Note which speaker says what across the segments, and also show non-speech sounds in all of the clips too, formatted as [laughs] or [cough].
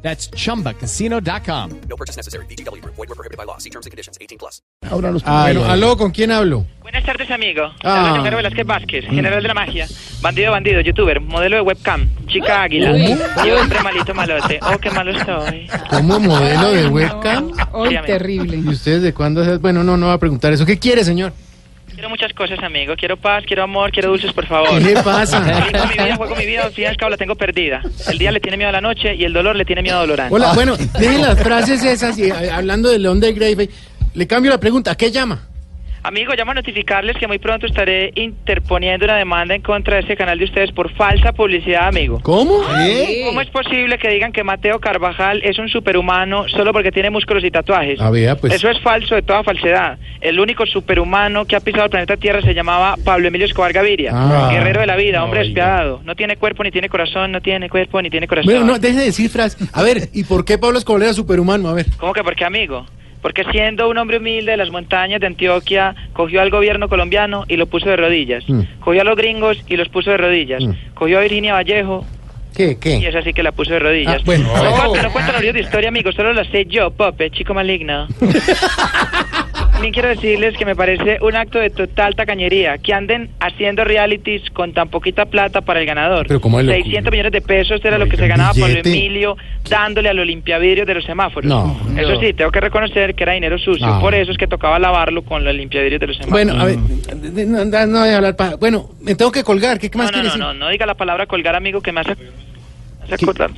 Speaker 1: That's chumbacasino.com.
Speaker 2: No purchase necessary. BGW. Void were prohibited by law. See terms and conditions. 18 plus.
Speaker 3: Ahora los
Speaker 4: Bueno,
Speaker 3: compañeros.
Speaker 4: aló, ¿con quién hablo?
Speaker 5: Buenas tardes, amigo.
Speaker 4: Ah. Mm.
Speaker 5: Habla César Velázquez Vázquez, general de la magia, bandido, bandido, youtuber, modelo de webcam, chica águila. Yo entre malito malote. Oh, qué malo estoy.
Speaker 4: ¿Como modelo de webcam?
Speaker 6: Hoy
Speaker 5: Dígame.
Speaker 6: terrible.
Speaker 4: ¿Y ustedes de cuándo? hace- Bueno, no, no va a preguntar eso. ¿Qué quiere, señor?
Speaker 5: Quiero muchas cosas, amigo. Quiero paz, quiero amor, quiero dulces, por favor.
Speaker 4: ¿Qué le pasa?
Speaker 5: Juego mi vida, juego mi vida, al fin y al cabo la tengo perdida. El día le tiene miedo a la noche y el dolor le tiene miedo a Dolorán.
Speaker 4: Hola, bueno, dejen las frases esas y a- hablando de León de Grave, le cambio la pregunta. ¿A qué llama?
Speaker 5: Amigo, llamo a notificarles que muy pronto estaré interponiendo una demanda en contra de este canal de ustedes por falsa publicidad, amigo.
Speaker 4: ¿Cómo? ¿Eh?
Speaker 5: ¿Cómo es posible que digan que Mateo Carvajal es un superhumano solo porque tiene músculos y tatuajes?
Speaker 4: Ah, vea, pues.
Speaker 5: Eso es falso de toda falsedad. El único superhumano que ha pisado el planeta Tierra se llamaba Pablo Emilio Escobar Gaviria.
Speaker 4: Ah.
Speaker 5: Guerrero de la vida, hombre despiadado. No tiene cuerpo ni tiene corazón, no tiene cuerpo ni tiene corazón.
Speaker 4: Bueno, no, deje de decir frases. A ver, ¿y por qué Pablo Escobar era superhumano? A ver.
Speaker 5: ¿Cómo que por qué, amigo? Porque siendo un hombre humilde de las montañas de Antioquia, cogió al gobierno colombiano y lo puso de rodillas.
Speaker 4: Mm.
Speaker 5: Cogió a los gringos y los puso de rodillas. Cogió a Virginia Vallejo
Speaker 4: ¿Qué,
Speaker 5: y
Speaker 4: qué?
Speaker 5: es así que la puso de rodillas.
Speaker 4: Ah, bueno.
Speaker 5: No,
Speaker 4: Oh.
Speaker 5: cuento- no cuento los libros de historia, amigos, solo las sé yo, Pope, chico maligno.
Speaker 4: [laughs]
Speaker 5: También quiero decirles que me parece un acto de total tacañería que anden haciendo realities con tan poquita plata para el ganador.
Speaker 4: Pero ¿cómo es lo-
Speaker 5: 600 millones de pesos era lo que se
Speaker 4: Oiga,
Speaker 5: ganaba Pablo
Speaker 4: billete.
Speaker 5: Emilio dándole al limpiavidrios de los semáforos.
Speaker 4: No.
Speaker 5: Eso sí, tengo que reconocer que era dinero sucio.
Speaker 4: No.
Speaker 5: Por eso es que tocaba lavarlo con los limpiavidrios de los semáforos.
Speaker 4: Bueno, a ver, no, no, no voy a hablar pa- Bueno, me tengo que colgar. ¿Qué, qué más
Speaker 5: no,
Speaker 4: quiere
Speaker 5: no, no,
Speaker 4: decir?
Speaker 5: no, no diga la palabra colgar, amigo, que me hace, me hace acordar.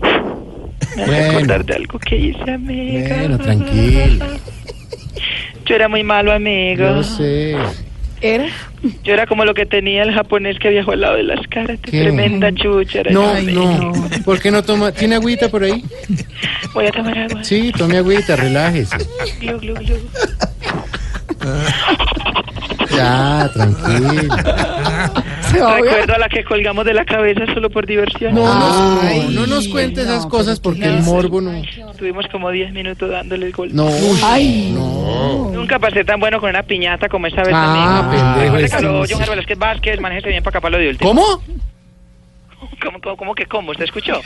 Speaker 5: Me hace
Speaker 4: Bueno.
Speaker 5: acordar de algo que hice, amigo.
Speaker 4: Bueno, tranquilo.
Speaker 5: Yo era muy malo, amigo.
Speaker 4: Yo sé.
Speaker 6: ¿Era?
Speaker 5: Yo era como lo que tenía el japonés que viajó al lado de las caras.
Speaker 4: ¿Qué?
Speaker 5: Tremenda chucha. era yo,
Speaker 4: No,
Speaker 5: amigo.
Speaker 4: no. ¿Por qué no toma? ¿Tiene agüita por ahí?
Speaker 5: Voy a tomar agua.
Speaker 4: Sí, tome agüita, relájese.
Speaker 5: Glu, glu, glu.
Speaker 4: Ya, tranquilo.
Speaker 6: Se va a ahogar.
Speaker 5: Recuerdo a la que colgamos de la cabeza solo por diversión.
Speaker 4: No, no,
Speaker 6: Ay,
Speaker 4: no nos cuente esas
Speaker 6: no,
Speaker 4: cosas
Speaker 6: pero ¿qué
Speaker 4: porque el
Speaker 6: hace?
Speaker 4: morbo no.
Speaker 5: Tuvimos como 10 minutos dándole el golpe.
Speaker 4: No.
Speaker 6: Ay,
Speaker 5: Nunca pasé tan bueno con una piñata como esa vez
Speaker 4: Ah,
Speaker 5: también.
Speaker 4: pendejo,
Speaker 5: Recuerde
Speaker 4: este
Speaker 5: que
Speaker 4: no
Speaker 5: habló
Speaker 4: sé.
Speaker 5: John Velázquez Vázquez, manéjese bien para acá para lo de último.
Speaker 4: ¿Cómo?
Speaker 5: ¿Cómo, cómo, cómo que cómo? ¿Usted escuchó?